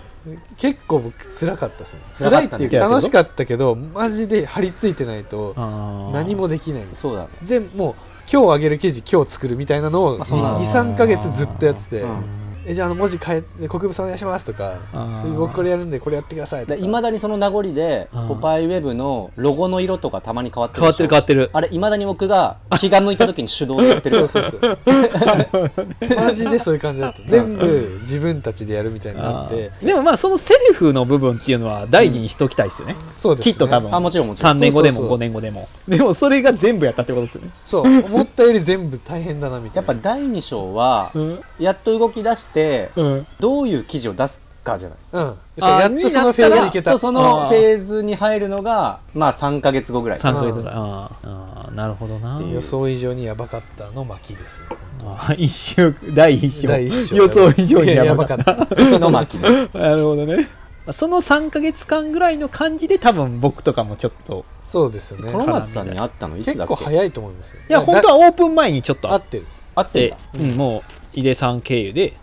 Speaker 1: 結構僕辛かったですね
Speaker 3: 辛
Speaker 1: 辛
Speaker 3: か
Speaker 1: いっ
Speaker 3: ってた
Speaker 1: い
Speaker 3: ね
Speaker 1: うか楽しかったけどマジで張り付いてないと何
Speaker 2: 何
Speaker 1: もできないんです
Speaker 3: そうだね
Speaker 1: 全部もう今日あげる記事今日作るみたいなのを
Speaker 3: あそうなの
Speaker 1: 23ヶ月ずっとやってて、
Speaker 3: うん
Speaker 1: えじゃああの文字変えで国分さんお願いしますとか
Speaker 2: あー
Speaker 1: 僕これやるんでこれやってくださいとか
Speaker 3: いまだにその名残で
Speaker 2: うん
Speaker 3: 「ポパイウェブ」のロゴの色とかたまに変わってる
Speaker 2: 変わってる変わ
Speaker 3: って
Speaker 2: ってる
Speaker 3: あれいまだに僕が気が向いた時に手動でやってる
Speaker 1: そうそ うそう。 マジでそういう感じだった。全部自分たちでやるみたいにな
Speaker 2: あ
Speaker 1: って。
Speaker 2: ーでもまあそのセリフの部分っていうのは大事にしときたいですよね、
Speaker 1: そうです、
Speaker 2: き
Speaker 1: ね。
Speaker 2: っと多分
Speaker 3: あもちろんもちろ
Speaker 2: 3
Speaker 3: ん
Speaker 2: 年後でも
Speaker 1: そうそうそう
Speaker 2: 5年後でもでもそれが全部やったってことですよね
Speaker 1: そう。思ったより全部大変だなみた
Speaker 3: や
Speaker 1: い
Speaker 3: っ
Speaker 1: な。
Speaker 3: ぱ第2章は
Speaker 2: うん
Speaker 3: やっと動き出して
Speaker 2: うん
Speaker 3: どういう記事を出すかじゃないですか
Speaker 1: うん。そうやっとそのフェーズに行け。
Speaker 3: やったとそのフェーズに入るのがまあ3か月後ぐらい
Speaker 2: 3ヶ月ぐらいあーあーなるほどな
Speaker 3: ていう
Speaker 1: 予想以上にやばかったの巻ですね。
Speaker 2: あー一週第一章
Speaker 1: 第一章
Speaker 2: 予想以上にやばかっ
Speaker 1: いややばかった。
Speaker 3: の巻で
Speaker 2: たなるほどねその3ヶ月間ぐらいの感じで多分僕とかもちょっと
Speaker 1: そうです よね
Speaker 3: ト。ロマツさんに会ったのいつだ
Speaker 1: 結
Speaker 3: っ
Speaker 1: 構
Speaker 3: け
Speaker 1: 早いと思いますよ。
Speaker 2: いや本当はオープン前にちょっと
Speaker 1: 合
Speaker 2: 会っ
Speaker 1: ってる。
Speaker 3: 会って
Speaker 2: て
Speaker 3: んだ、
Speaker 2: うんもう井出さん経由で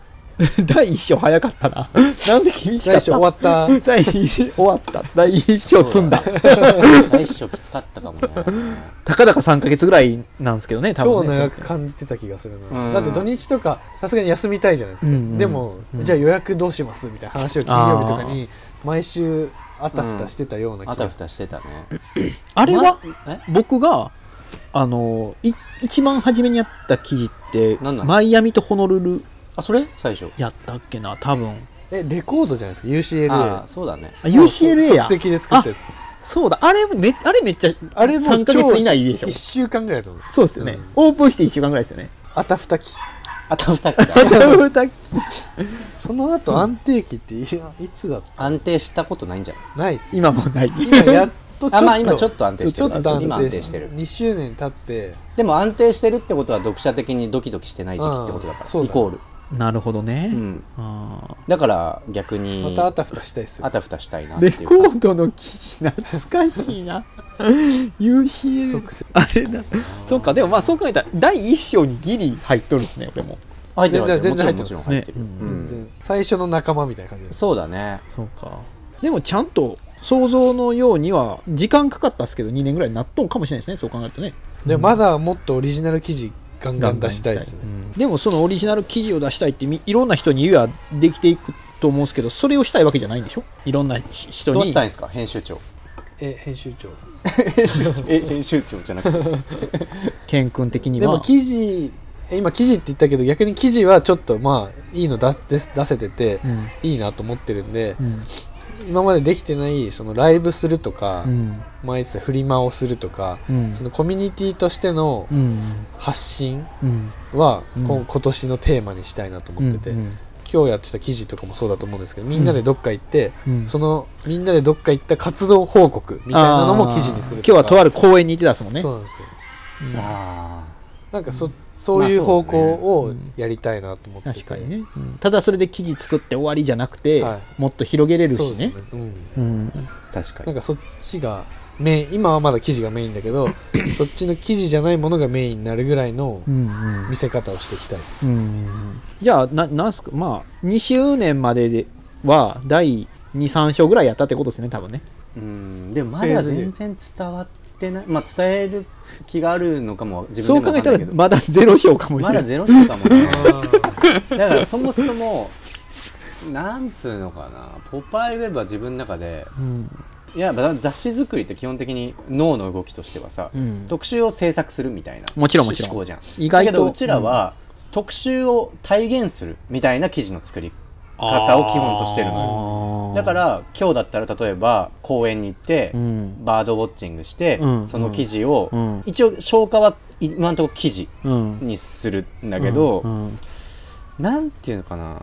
Speaker 2: 第一章早かったな なぜ厳しか
Speaker 1: 最
Speaker 2: っ
Speaker 1: 初終わ
Speaker 2: た
Speaker 1: った。
Speaker 2: 第一終わった第一章積んだ
Speaker 3: 第一章きつかっ たかもね
Speaker 2: たかだか3ヶ月ぐらいなんですけどね多
Speaker 1: 超
Speaker 2: 分ね
Speaker 1: 長く感じてた気がするな、
Speaker 3: うん
Speaker 1: だって土日とかさすがに休みたいじゃないですか、
Speaker 2: うんうん
Speaker 1: でも、
Speaker 2: うん
Speaker 1: じゃあ予約どうしますみたいな話を金曜日とかに毎週あたふたしてたような気
Speaker 3: あ
Speaker 1: が
Speaker 3: たふたしてたね
Speaker 2: あ
Speaker 3: あ
Speaker 2: れは
Speaker 3: え
Speaker 2: 僕があのい一番初めにやった記事って
Speaker 3: 何なの
Speaker 2: マイアミとホノルル
Speaker 3: あそれ最初
Speaker 2: やったっけな多分
Speaker 1: えレコードじゃないですか UCLA
Speaker 3: ああそうだね
Speaker 2: あ UCLA や
Speaker 1: 即席で作ったやつ
Speaker 2: そうだあれめあれめっちゃ
Speaker 1: あれも
Speaker 2: 3ヶ月以内でしょ
Speaker 1: 1週間ぐらいだと思う
Speaker 2: そうですよね、
Speaker 1: うん
Speaker 2: オープンして1週間ぐらいですよ ね
Speaker 1: あたふたき
Speaker 3: あたふたくだ
Speaker 1: その後安定期っていやいつだ
Speaker 3: 安定したことないんじゃな
Speaker 1: な
Speaker 3: い
Speaker 1: いっすよ
Speaker 2: 今もない
Speaker 1: 今やっと
Speaker 3: あまあ今ちょっと安定して
Speaker 1: そう
Speaker 3: る
Speaker 1: ちょっと
Speaker 3: 今
Speaker 1: 安
Speaker 3: 安
Speaker 1: 定
Speaker 3: 定
Speaker 1: し
Speaker 3: してて
Speaker 1: る
Speaker 3: る
Speaker 1: 2周年経って
Speaker 3: でも安定してるってことは読者的にドキドキしてない時期ってことだか
Speaker 1: あー
Speaker 3: ら
Speaker 1: そうだ
Speaker 3: イコール、
Speaker 2: なるほどね、
Speaker 3: うん、
Speaker 2: あ
Speaker 3: だから逆に
Speaker 1: またあたふたしたいっすよ
Speaker 3: あたふたしたい
Speaker 2: ー
Speaker 3: なってい
Speaker 2: レ
Speaker 3: うか
Speaker 2: コードの木懐かしい な夕日
Speaker 1: 即席
Speaker 2: あれだそっかでもまあそう考えたら第一章にギリ入っとるんですね俺も
Speaker 3: 入ってる入って
Speaker 1: 全
Speaker 3: るもち
Speaker 1: 然全然
Speaker 3: ろんもちろん入ってる、
Speaker 2: 入ってる
Speaker 3: う
Speaker 1: 全
Speaker 3: ん、
Speaker 1: 然最初の仲間みたいな感じです
Speaker 3: そうだね
Speaker 2: そうかでもちゃんと想像のようには時間かかったっすけど2年ぐらいになっとんかもしれないですねそう考えるとね
Speaker 1: でまだもっとオリジナル記事ガンガン出したいですね
Speaker 2: でもそのオリジナル記事を出したいってみいろんな人に言えばできていくと思うんですけどそれをしたいわけじゃないんでしょいろんなひ人に
Speaker 3: どうしたいんですか編集長
Speaker 1: え編集長
Speaker 3: 編集長え編集長じゃな くて
Speaker 2: ケン君的に
Speaker 1: でも
Speaker 2: は
Speaker 1: 記事え今記事って言ったけど逆に記事はちょっとまあいいの出出出せてて
Speaker 2: うん
Speaker 1: いいなと思ってるんで
Speaker 2: うん
Speaker 1: 今までできてないそのライブするとか
Speaker 2: うん
Speaker 1: 毎日フリマをするとか
Speaker 2: うん
Speaker 1: そのコミュニティとしての
Speaker 2: うん
Speaker 1: 発信
Speaker 2: うん
Speaker 1: は、
Speaker 2: うん
Speaker 1: こん今年のテーマにしたいなと思ってて、
Speaker 2: うん
Speaker 1: 今日やってた記事とかもそうだと思うんですけどみんなでどっか行って、
Speaker 2: うん
Speaker 1: そのみんなでどっか行った活動報告みたいなのも記事にする
Speaker 2: あー今日はとあ
Speaker 1: る
Speaker 2: る公園に行ってたっすもんね
Speaker 1: そうなんですよ
Speaker 2: うん
Speaker 3: あ
Speaker 1: なんかそ,、そういう
Speaker 3: まあそう
Speaker 1: 方
Speaker 3: だね
Speaker 1: 向をやりたいなと思ってて、
Speaker 2: 確かにね、うんただそれで記事作って終わりじゃなくて、
Speaker 1: はい
Speaker 2: もっと広げれるし
Speaker 1: そう
Speaker 2: ね
Speaker 1: ですね、うん、
Speaker 2: うん
Speaker 3: ー確か
Speaker 1: なん
Speaker 3: に
Speaker 1: かそっちがメイン今はまだ記事がメインだ けどそっちの記事じゃないものがメインになるぐらいの
Speaker 2: うんうん
Speaker 1: 見せ方をしていきたい、
Speaker 2: うんじゃあななんすかまあ2周年まででは第23章ぐらいやったってことですね多分ね
Speaker 3: うんでもまだ全然伝わってないまあ伝える気があるのかも自
Speaker 2: そ
Speaker 3: 分
Speaker 2: う
Speaker 3: でも
Speaker 2: 考えたら
Speaker 3: 分かんないけど
Speaker 2: まだゼロ章かもし
Speaker 3: ま
Speaker 2: れな
Speaker 3: だ
Speaker 2: い、
Speaker 3: ゼロしかもねだからそもそもなんつうのかな「ポパイウェブ」は自分の中で
Speaker 2: うん
Speaker 3: いやまあ雑誌作りって基本的に脳の動きとしてはさ、
Speaker 2: うん
Speaker 3: 特集を制作するみたいな
Speaker 2: もちろんもちろん
Speaker 3: 思考じゃん
Speaker 2: 意外と
Speaker 3: だけどうちらは、特集を体現するみたいな記事の作り方を基本としてるのよ
Speaker 2: の
Speaker 3: だから今日だったら例えば公園に行って、
Speaker 2: うん
Speaker 3: バードウォッチングして、
Speaker 2: うん
Speaker 3: その記事を、
Speaker 2: うん
Speaker 3: 一応消化は今のところ記事
Speaker 2: うん
Speaker 3: にするんだけど、
Speaker 2: うんうん
Speaker 3: なんていうのかな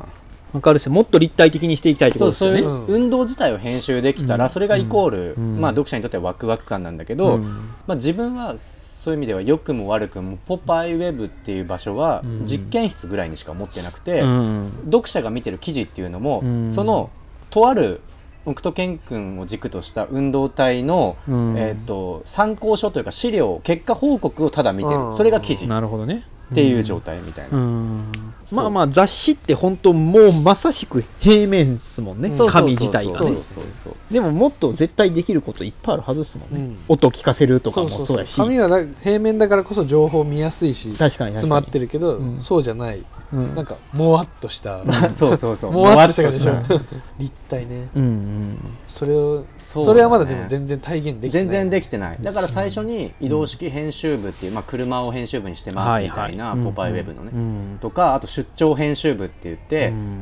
Speaker 2: わかるっすよもっと立体的にしていきたいってこ
Speaker 3: そ
Speaker 2: と
Speaker 3: う
Speaker 2: です
Speaker 3: そう
Speaker 2: よ
Speaker 3: い
Speaker 2: ね
Speaker 3: う運動自体を編集できたら、
Speaker 2: うん
Speaker 3: それがイコール、
Speaker 2: うん
Speaker 3: まあ、読者にとってはワクワク感なんだけど、
Speaker 2: うん
Speaker 3: まあ、自分はそういう意味では良くも悪くも「ポパイウェブ」っていう場所は
Speaker 2: うん
Speaker 3: 実験室ぐらいにしか思ってなくて、
Speaker 2: うん
Speaker 3: 読者が見てる記事っていうのも、
Speaker 2: うん
Speaker 3: そのとある僕と健君を軸とした運動体の、
Speaker 2: うん
Speaker 3: えー、と参考書というか資料結果報告をただ見て
Speaker 1: うん
Speaker 3: るそれが記事っ
Speaker 2: なるほどね
Speaker 3: ていう状態みたいな。
Speaker 2: うん
Speaker 3: そう
Speaker 2: まあまあ雑誌って本当もうまさしく平面っすもんね
Speaker 3: そうそうそう
Speaker 2: 紙自体が
Speaker 3: そう
Speaker 2: ね
Speaker 3: そうそう
Speaker 2: でももっと絶対できることいっぱいあるはずですもんね、
Speaker 1: うん
Speaker 2: 音聞かせるとかもそうやし
Speaker 1: 紙はな平面だからこそ情報見やすいし
Speaker 2: 確かに確かに
Speaker 1: 詰まってるけど、
Speaker 2: うん
Speaker 1: そうじゃない
Speaker 2: うん
Speaker 1: なんかもわっとした
Speaker 3: そうそうそう
Speaker 1: もわっとした感じでし
Speaker 2: もわっ
Speaker 1: ょ 立体ね
Speaker 2: うんうん
Speaker 1: それを
Speaker 3: そ
Speaker 1: そうれはまだ
Speaker 3: だ
Speaker 1: で
Speaker 3: ね
Speaker 1: も全然体現できてない
Speaker 3: 全然できてないだから最初に移動式編集部っていう、まあ、車を編集部にしてますみたいな「ポパイウェブ」のね、
Speaker 2: うん
Speaker 3: とかあと出張編集部って言って
Speaker 2: う
Speaker 3: 「
Speaker 2: ん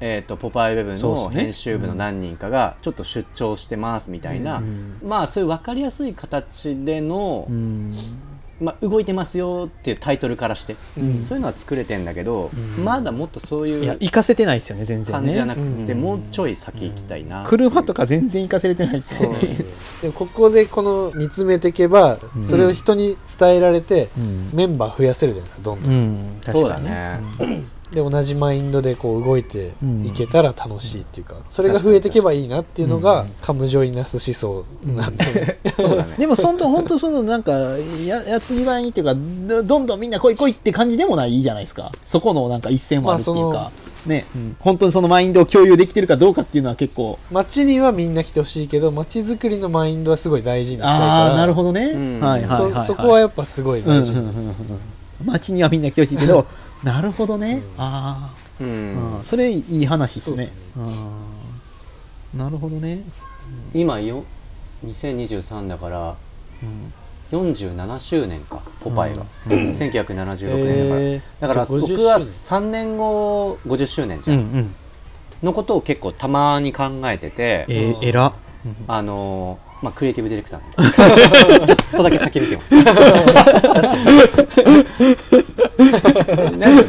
Speaker 3: えー、とポパイウェブ」
Speaker 2: そうっす
Speaker 3: の
Speaker 2: ね
Speaker 3: 編集部の何人かがちょっと出張してますみたいな、
Speaker 2: うん
Speaker 3: まあそういう分かりやすい形での、
Speaker 2: うん
Speaker 3: まあ、動いてますよっていうタイトルからして、
Speaker 1: うん
Speaker 3: そういうのは作れてんだけど、まだもっとそう
Speaker 2: い
Speaker 3: い
Speaker 2: や
Speaker 3: う
Speaker 2: 行かせてないですよね全然
Speaker 3: 感じじゃな
Speaker 2: ね
Speaker 3: くて、
Speaker 1: うん
Speaker 3: もうちょい先行きたいな、
Speaker 2: 車とか全然行かせれてないです
Speaker 1: そう
Speaker 2: よ
Speaker 1: なん
Speaker 2: ね
Speaker 1: ですよ でもここでこの煮詰めていけばそれを人に伝えられて
Speaker 2: うん
Speaker 1: メンバー増やせるじゃないですかどんどん、
Speaker 2: うん確かに
Speaker 3: そうだね、
Speaker 1: で同じマインドでこう動いて
Speaker 2: うん
Speaker 1: いけたら楽しいっていうかそれが増えていけばいいなっていうの
Speaker 2: う
Speaker 1: が
Speaker 2: ん
Speaker 1: カムジョイナス思想なんで、
Speaker 3: そうだね
Speaker 2: でもそんと本当そのなんかややつぎばいにっていうかどどんどんみんな来い来いって感じでもないじゃないですかそこのなんか一線もあるっていうか、
Speaker 1: まあ
Speaker 2: ね、本当にそのマインドを共有できてるかどうかっていうのは結構
Speaker 1: 街にはみんな来てほしいけど街づくりのマインドはすごい大事にしたいから
Speaker 2: ああーなるほどね、
Speaker 3: ん
Speaker 2: はいはいはい、はい、
Speaker 1: そそこはやっぱすごい
Speaker 2: うんう
Speaker 1: 大
Speaker 2: ん
Speaker 1: 事、
Speaker 2: うんうん街にはみんな来てほしいけどなるほどね、あ
Speaker 3: う
Speaker 2: あ、
Speaker 3: ん
Speaker 2: うん、それいい話ですね
Speaker 1: そう
Speaker 2: うんなるほどね、
Speaker 3: 今よ2023だから
Speaker 2: うん
Speaker 3: 47周年かポパイが、1976年だか
Speaker 1: へ
Speaker 3: ら、
Speaker 1: ー
Speaker 3: だから
Speaker 1: じゃあ50
Speaker 3: 僕は
Speaker 1: 周年
Speaker 3: 3年後50周年じ
Speaker 2: う
Speaker 3: ゃ
Speaker 2: んう
Speaker 3: ん、
Speaker 2: ん
Speaker 3: のことを結構たまに考えてて
Speaker 2: えー、えら、
Speaker 3: あのーまあ、クリエイティブディレクターなんでちょっとだけ先見てます何言うの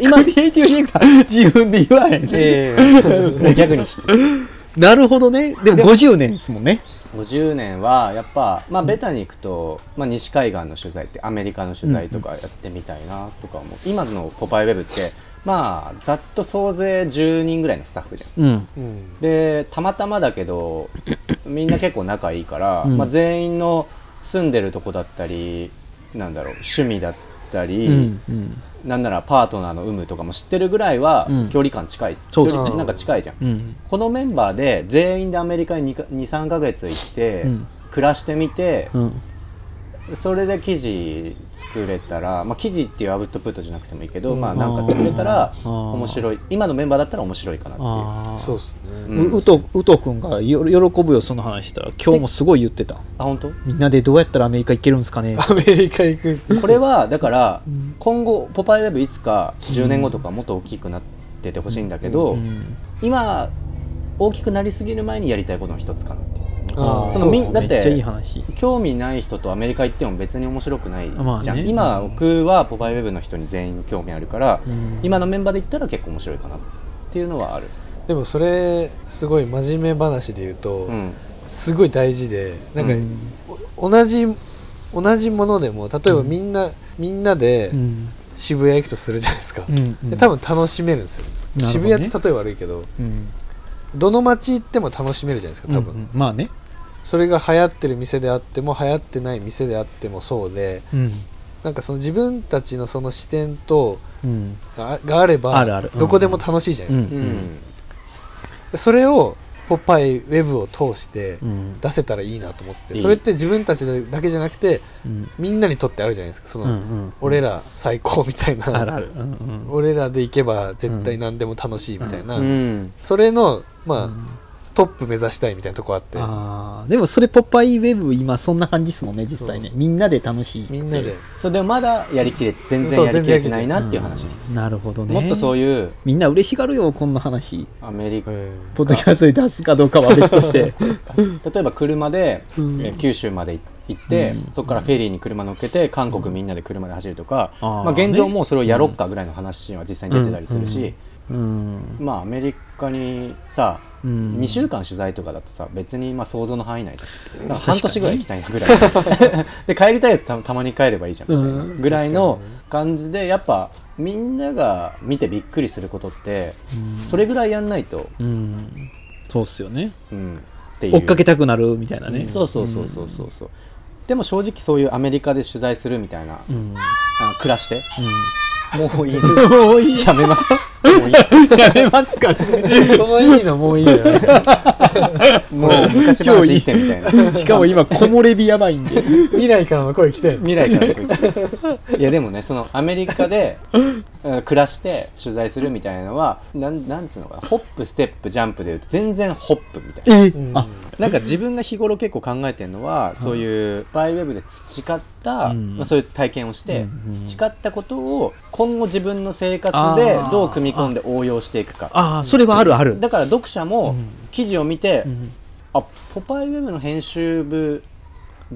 Speaker 3: 今
Speaker 2: クリエイティブディレクター自分で言わへんね
Speaker 3: ええもうギャグにして
Speaker 2: なるほどねでも50年ですもんね
Speaker 3: 50年はやっぱまあベタに行くと、まあ、西海岸の取材ってアメリカの取材とかやってみたいなとか思う、今の「ポパイウェブ」ってまあざっと総勢10人ぐらいのスタッフじゃん
Speaker 2: うん
Speaker 1: うん
Speaker 3: でたまたまだ けどみんな結構仲いいから、
Speaker 2: うん
Speaker 3: まあ、全員の住んでるとこだったりなんだろう趣味だったり、
Speaker 2: うんうん
Speaker 3: なんならパートナーの有無とかも知ってるぐらいは
Speaker 2: うん
Speaker 3: 距離感近い、
Speaker 2: そう
Speaker 3: 距
Speaker 2: ですね
Speaker 3: 離なんか近いじゃん、
Speaker 2: うん
Speaker 3: このメンバーで全員でアメリカに23か月行って、
Speaker 2: うん
Speaker 3: 暮らしてみて
Speaker 2: う、ん
Speaker 3: それで記事作れたら、まあ、記事っていうアウトプットじゃなくてもいいけど、
Speaker 1: うん
Speaker 3: まあなんか作れた
Speaker 2: あ
Speaker 3: ら
Speaker 2: ー
Speaker 3: 面白い今のメンバーだったら面白いかなっていう。
Speaker 2: ああ
Speaker 1: そうですね、
Speaker 3: うん
Speaker 2: ううとうとくんがよ喜ぶよその話したら今日もすごい言ってた
Speaker 3: あ本当
Speaker 2: みんなでどうやったらアメリカ行けるんですかね
Speaker 1: アメリカ行く
Speaker 3: これはだから今後「ポパイウェブ」いつか10年後とかもっと大きくなっててほしいんだけど、
Speaker 2: うん
Speaker 3: 今大きくなりすぎる前にやりたいことの一つかなっていう
Speaker 1: あ
Speaker 2: ー
Speaker 1: ー
Speaker 3: そのみん
Speaker 2: う
Speaker 3: だって
Speaker 2: めっちゃいい話
Speaker 3: 興味ない人とアメリカ行っても別に面白くないじゃん、
Speaker 2: まあね
Speaker 3: 今僕は「ポパイウェブ」の人に全員興味あるから、
Speaker 2: うん
Speaker 3: 今のメンバーで行ったら結構面白いかなっていうのはある、
Speaker 1: でもそれすごい真面目話で言うと、
Speaker 3: うん
Speaker 1: すごい大事でなんか、
Speaker 2: うん
Speaker 1: お同じ同じものでも例えばみんな、みんなで
Speaker 2: うん
Speaker 1: 渋谷行くとするじゃないですか、
Speaker 2: うんうん
Speaker 1: で多分楽しめるんですよ、
Speaker 2: なるほ
Speaker 1: 渋
Speaker 2: どね
Speaker 1: 谷って例え悪いけど
Speaker 2: うん
Speaker 1: どの街行っても楽しめるじゃないですか多分、
Speaker 2: うんうんまあね
Speaker 1: それが流行ってる店であっても流行ってない店であってもそうで
Speaker 2: うん
Speaker 1: なんかその自分たちのその視点と
Speaker 2: うん
Speaker 1: ががあれば
Speaker 2: あるあるうん
Speaker 1: どこでも楽しいじゃないですか、
Speaker 2: うん
Speaker 1: それを「ポパイウェブ」を通して
Speaker 2: うん
Speaker 1: 出せたらいいなと思ってて、
Speaker 3: いい
Speaker 1: それって自分たちだけじゃなくて
Speaker 2: うん
Speaker 1: みんなにとってあるじゃないですかその、
Speaker 2: うん
Speaker 1: 俺ら最高みたいな
Speaker 2: あるあるうんうん
Speaker 1: 俺らで行けば絶対何でも楽しいみたいな、
Speaker 3: うんうん
Speaker 1: それのまあ、
Speaker 2: うん
Speaker 1: トップ目指したいみたいなとこあって
Speaker 2: あーでもそれポパイウェブ今そんな感じですもんね実際ねみんなで楽しいって
Speaker 1: みんなで
Speaker 3: それでもまだやりきれ全
Speaker 1: そ
Speaker 3: 然
Speaker 1: う
Speaker 3: やりきれてないなっていう話です、
Speaker 2: うんなるほどね
Speaker 3: もっとそういう
Speaker 2: みんな嬉しがるよこんな話
Speaker 3: アメリカ
Speaker 1: うん
Speaker 2: ポッドキャストに出すかどうかは別として
Speaker 3: 例えば車で、
Speaker 2: うん
Speaker 3: えー九州まで行って、そこからフェリーに車乗っけて韓国みんなで車で走るとか、
Speaker 2: うんあー
Speaker 3: まあ、現状もうそれをやろっかぐらいの話は実際に出てたりするし、
Speaker 2: うん
Speaker 3: まあアメリカにさ、
Speaker 2: うん
Speaker 3: 2週間取材とかだとさ別にまあ想像の範囲内じゃんだから半年ぐらい行きたいな ぐらいで帰りたいやつたたまに帰ればいいじゃんみたいな
Speaker 2: うん
Speaker 3: ぐらいの感じでやっぱみんなが見てびっくりすることって、それぐらいやんないと、
Speaker 2: うんそうっすよね
Speaker 3: うん、っていう
Speaker 2: 追っかけたくなるみたいなね
Speaker 3: そうそうそうそうそうそうでも正直そういうアメリカで取材するみたいな、
Speaker 2: うん
Speaker 3: あ暮らしてもういい
Speaker 2: もういい
Speaker 3: やめますかもういい
Speaker 2: やめますか ね
Speaker 1: その意味のもういいよね
Speaker 3: もう昔話行ってみたい な
Speaker 2: しかも今木漏れ日やばいんで
Speaker 1: 未来からの声来てる
Speaker 3: 未来からの声いやでもねそのアメリカ でうん暮らして取材するみたいなのはなんなんつうのかなホップステップジャンプでいうと全然ホップみたいな
Speaker 2: え
Speaker 1: うん
Speaker 2: あ
Speaker 3: なんか自分が日頃結構考えてるのは、そういうバイウェブで培った、
Speaker 2: うん
Speaker 3: まあ、そういう体験をし
Speaker 2: う
Speaker 3: て、
Speaker 2: んうん
Speaker 3: 培ったことを今後自分の生活
Speaker 2: あ
Speaker 3: で
Speaker 2: ー
Speaker 3: どう組み込んで応用していくか
Speaker 2: あーそれはあるある
Speaker 3: だから読者も記事を見て、
Speaker 2: ん
Speaker 3: あポパイウェブの編集部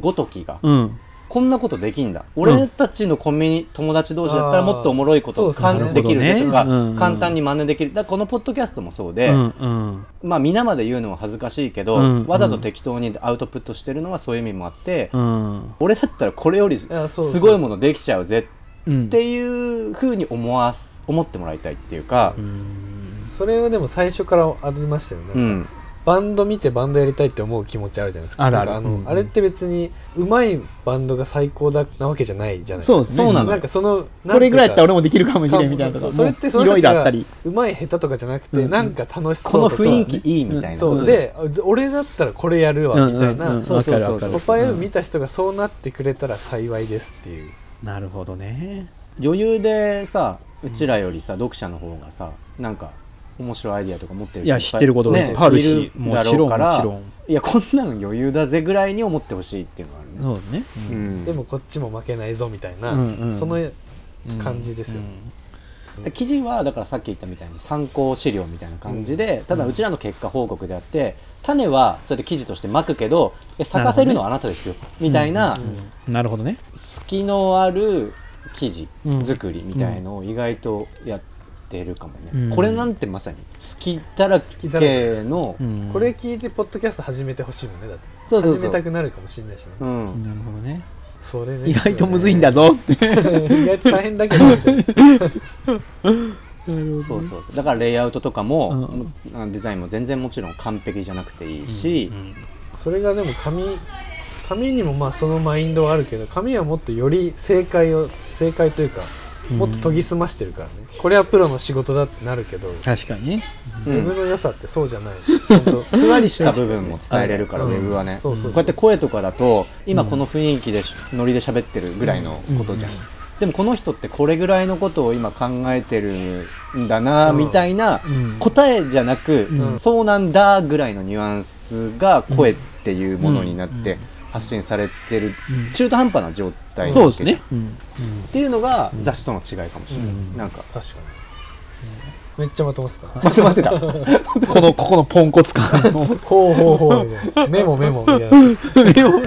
Speaker 3: ごときが
Speaker 2: うん
Speaker 3: こんなことできんだ俺たちのコミュニ友達同士だったらもっとおもろいこと
Speaker 1: あー
Speaker 3: かん
Speaker 1: そうそう
Speaker 3: できるね
Speaker 2: なる
Speaker 3: と
Speaker 2: ほどねう
Speaker 3: か
Speaker 2: ん
Speaker 3: 簡単に真似できるだからこのポッドキャストもそうで、
Speaker 2: うんうん
Speaker 3: まあ皆まで言うのは恥ずかしいけど、
Speaker 2: うん
Speaker 3: わざと適当にアウトプットしてるのはそういう意味もあって、
Speaker 2: うん
Speaker 3: 俺だったらこれよりす
Speaker 1: やそうそう
Speaker 3: ごいものできちゃうぜ
Speaker 2: うん
Speaker 3: っていうふうに思わす思ってもらいたいっていうか、
Speaker 1: それはでも最初からありましたよね、
Speaker 3: うん
Speaker 1: バンド見てバンドやりたいって思う気持ちあるじゃないですか
Speaker 2: あるある
Speaker 1: なんかの、
Speaker 2: うん
Speaker 1: あれって別にうまいバンドが最高だなわけじゃないじゃないですか
Speaker 2: そうですね
Speaker 3: そうなの
Speaker 1: なんかその
Speaker 2: これぐらいやったら俺
Speaker 1: も
Speaker 2: もできるかもしれんみたいなとか
Speaker 1: それってそ
Speaker 2: もう
Speaker 1: の
Speaker 2: いろ
Speaker 1: 人た
Speaker 2: いろ
Speaker 1: ち
Speaker 2: あった
Speaker 1: が
Speaker 2: り
Speaker 1: うまい下手とかじゃなくて、
Speaker 2: うんうん
Speaker 1: なんか楽しそう
Speaker 3: この
Speaker 1: とか
Speaker 3: 雰囲気いいみたいな
Speaker 1: そ
Speaker 3: こ
Speaker 1: う
Speaker 3: とじゃん
Speaker 1: で俺だったらこれやるわみたいな、
Speaker 2: うんうん
Speaker 3: そうそうそう
Speaker 2: わかる
Speaker 1: ポ
Speaker 2: わか
Speaker 1: パイを見た人がそうなってくれたら幸いですっていう、
Speaker 2: るなるほどね
Speaker 3: 余裕でさうちらよりさ、読者の方がさなんか面白いアイディアとか持ってる人
Speaker 2: いや知ってることがいっ
Speaker 3: ね
Speaker 2: ぱいあるし
Speaker 3: いるだろうから
Speaker 2: もちろんもち
Speaker 3: いやこんなの余裕だぜぐらいに思ってほしいっていうのがあるね。
Speaker 2: そうね
Speaker 3: うん
Speaker 1: でもこっちも負けないぞみたいな、
Speaker 2: うんうん
Speaker 1: その感じですよ、
Speaker 3: で記事はだからさっき言ったみたいに参考資料みたいな感じで、ただうちらの結果報告であって種はそうやって記事としてまくけどで咲かせるのはあなたですよ、みたいな
Speaker 2: なるほどね
Speaker 3: 隙のある生地
Speaker 2: うん
Speaker 3: 作りみたいのを意外とやってるかもね、
Speaker 2: うん
Speaker 3: これなんてまさに隙だらけの、
Speaker 2: うん
Speaker 1: これ聞いてポッドキャスト始めてほしいもんねだって
Speaker 3: そうそうそ
Speaker 1: 始めた
Speaker 3: う、
Speaker 1: くなるかもしれないしね、
Speaker 3: うん、
Speaker 2: なるほどね
Speaker 1: それね
Speaker 2: 意外とむずいんだぞって
Speaker 1: 意外と大変だけどみたいな
Speaker 3: そうそうそうだからレイアウトとかも、
Speaker 2: うん
Speaker 3: もデザインも全然もちろん完璧じゃなくていいし、
Speaker 1: それがでも紙紙にもまあそのマインドはあるけど紙はもっとより正解を正解というかもっと研ぎ澄ましてるからね、これはプロの仕事だってなるけど、
Speaker 2: 確かにね
Speaker 3: うん
Speaker 1: 自分の良さってそうじゃない本当
Speaker 3: ふわりした部分も伝えれるから、
Speaker 1: うん
Speaker 3: ウェブはね、
Speaker 1: そうそうそう
Speaker 3: こうやって声とかだと今この雰囲気でしノリで喋ってるぐらいのことじゃん、
Speaker 2: うん
Speaker 3: でもこの人ってこれぐらいのことを今考えてるんだな
Speaker 1: うん
Speaker 3: みたいな、
Speaker 2: うん
Speaker 3: 答えじゃなく、
Speaker 1: うん
Speaker 3: そうなんだぐらいのニュアンスが声っていうものになっ
Speaker 2: う
Speaker 3: て
Speaker 2: ん
Speaker 3: 発信されてる
Speaker 2: うん
Speaker 3: 中途半端な状態な
Speaker 2: そう
Speaker 3: わ
Speaker 2: です
Speaker 3: けじゃん
Speaker 2: ねうん
Speaker 3: っていうのが雑誌との違いかもしれない、
Speaker 2: うん
Speaker 3: なんか
Speaker 1: 確かにめっちゃまとまってた
Speaker 3: まとまってた
Speaker 2: このここのポンコツ 感 の
Speaker 1: ほうほうほうみたいなメモメモみたいな、
Speaker 2: でも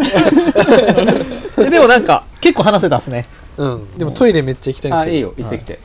Speaker 2: でもなんか結構話せたっすね
Speaker 1: うん、でもトイレめっちゃ行きたいんですけど
Speaker 3: あいいよ行ってきて、